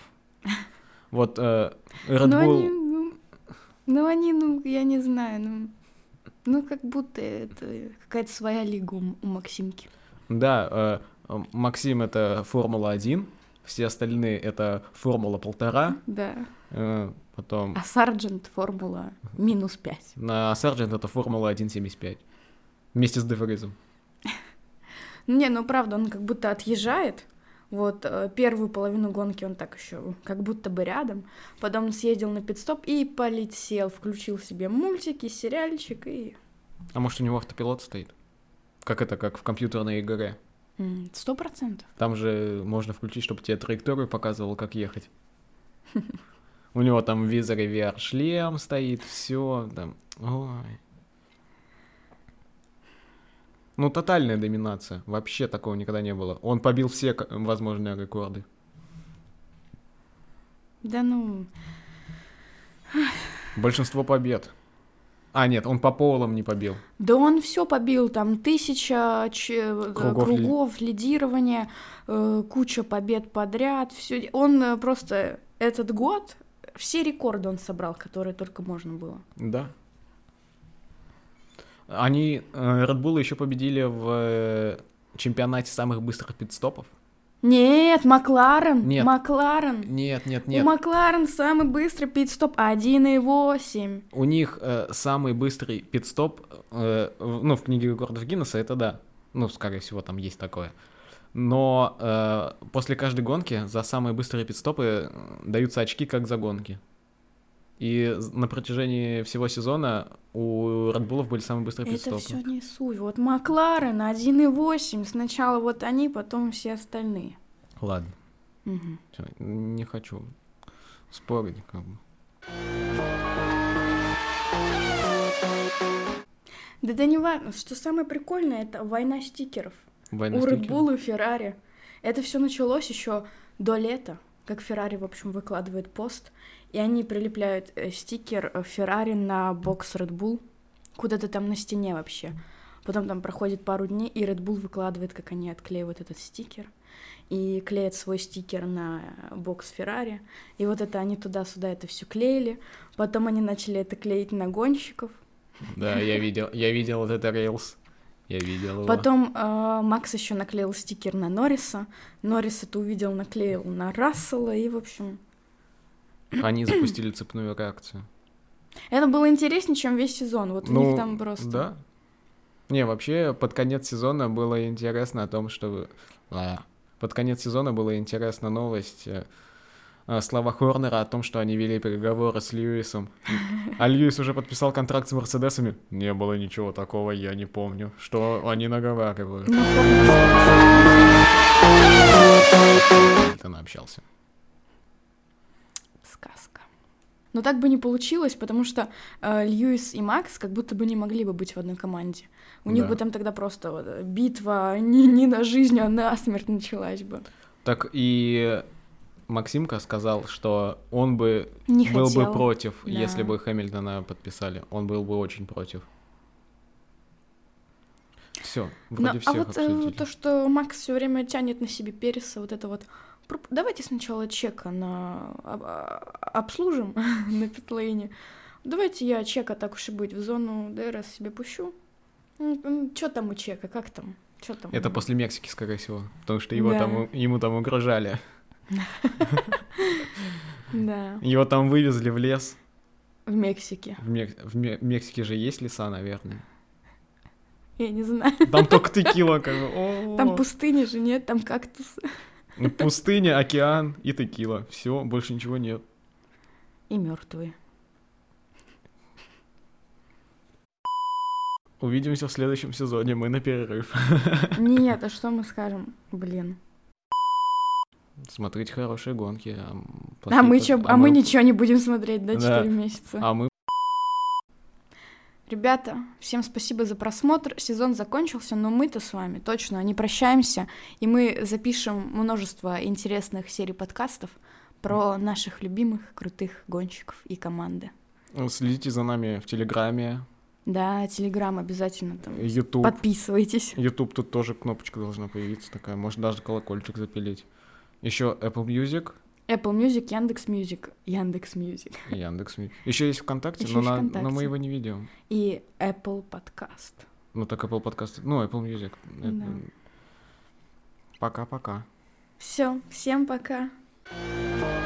Вот э, Red ну Bull, они, ну, ну они, ну, я не знаю, ну, ну как будто это какая-то своя лига у М- у Максимки. да, э, э, Максим это Формула-1, все остальные это Формула-1,5, Да. э, потом А сарджент формула минус 5. на Сарджент это Формула-1,75 вместе с Дефризом. Не, ну правда, он как будто отъезжает. Вот э, первую половину гонки он так еще как будто бы рядом. Потом он съездил на пидстоп и полетел. Включил себе мультики, сериальчик и... А может у него автопилот стоит? Как это, как в компьютерной игре? м, Сто процентов. Там же можно включить, чтобы тебе траекторию показывало, как ехать. У него там в визоре VR-шлем стоит, все там. Ой. Ну, тотальная доминация. Вообще такого никогда не было. Он побил все к- возможные рекорды. Да ну... Большинство побед. А, нет, он по полам не побил. Да он все побил, там тысяча ч- э, Кругов кругов, ли- лидирования, э, куча побед подряд, все. Он э, просто этот год все рекорды он собрал, которые только можно было. Да. Они, э, Red Bull еще победили в э, чемпионате самых быстрых пидстопов. Нет, Макларен, Нет. Макларен. Нет, нет, нет. У Макларен самый быстрый пит-стоп 1,8. У них э, самый быстрый пидстоп, э, в- ну, в книге рекордов Гиннесса, это да. Ну, скорее всего, там есть такое. Но э, после каждой гонки за самые быстрые пидстопы э, даются очки, как за гонки. И з- на протяжении всего сезона у Редбулов были самые быстрые Это пидстопы. все не суть. Вот Макларен 1,8. Сначала вот они, потом все остальные. Ладно, Мгм. всё, не хочу спорить, как бы. Да да не важно. Что самое прикольное, это война стикеров. Война У стикеров. Редбула и Феррари. Это все началось еще до лета, как Феррари, в общем, выкладывает пост, и они прилепляют э, стикер э, Феррари на бокс Red Bull, куда-то там на стене вообще. Потом там проходит пару дней, и Red Bull выкладывает, как они отклеивают этот стикер, и клеят свой стикер на бокс Феррари. И вот это они туда-сюда это все клеили. Потом они начали это клеить на гонщиков. Да, я видел, я видел вот это рилс. Я видел его. Потом э, Макс еще наклеил стикер на Норриса. Норрис это увидел, наклеил на Рассела. И, в общем, Они запустили цепную реакцию. это было интереснее, чем весь сезон. Вот у них там просто... Ну, Да. Не, вообще, под конец сезона было интересно о том, что... А, Под конец сезона была интересна новость э, э, слова Хорнера о том, что они вели переговоры с Льюисом. А Льюис уже подписал контракт с Мерседесами. Не было ничего такого, я не помню. Что они наговаривают? Ну, Хорнер- Это он общался. Сказка. Но так бы не получилось, потому что э, Льюис и Макс как будто бы не могли бы быть в одной команде. У них Да. бы там тогда просто вот, э, битва не, не на жизнь, а на смерть началась бы. Так и Максимка сказал, что он бы Не был хотел. бы против, Да. если бы Хэмилтона подписали. Он был бы очень против. Все, Но- а вроде всех вот э, обсудили. то, что Макс все время тянет на себе переса, вот это вот. «Пруп- Давайте сначала чека на об- а- обслужим на питлейне. Давайте я чека так уж и быть в зону ДРС себе пущу. Че там у чека, как там? Че там? Это у- после Мексики, скорее всего, потому что его Да. там, у- ему там угрожали. Да, Его там вывезли в лес. в Мексике. В, Мек- в Ме- Мексике же есть леса, наверное. Я не знаю. Там только текила, как бы. О, Там пустыни же нет, там кактусы. ну, пустыня, океан и текила. Все, больше ничего нет. И мертвые. Увидимся в следующем сезоне. Мы на перерыв. Нет, а что мы скажем? Блин. Смотрите хорошие гонки. А, м, А плохие мы под- чё, а мы ничего не будем смотреть, да, Да. 4 месяца? А мы Ребята, всем спасибо за просмотр. Сезон закончился, но мы-то с вами точно не прощаемся. И мы запишем множество интересных серий подкастов про наших любимых крутых гонщиков и команды. ну, следите за нами в Телеграме, Да, Телеграм обязательно там. Ютуб. Подписывайтесь. YouTube тут тоже кнопочка должна появиться такая. Можно даже колокольчик запилить. Еще Apple Music, Apple Music, Яндекс Music, Яндекс Music Яндекс. Еще есть ВКонтакте, Ещё но, есть на- но ВКонтакте. мы его не ведем. и Apple Podcast. Ну так Apple подкасты. Ну, Apple Music. Это- Да. Пока-пока. Все, всем пока. Thank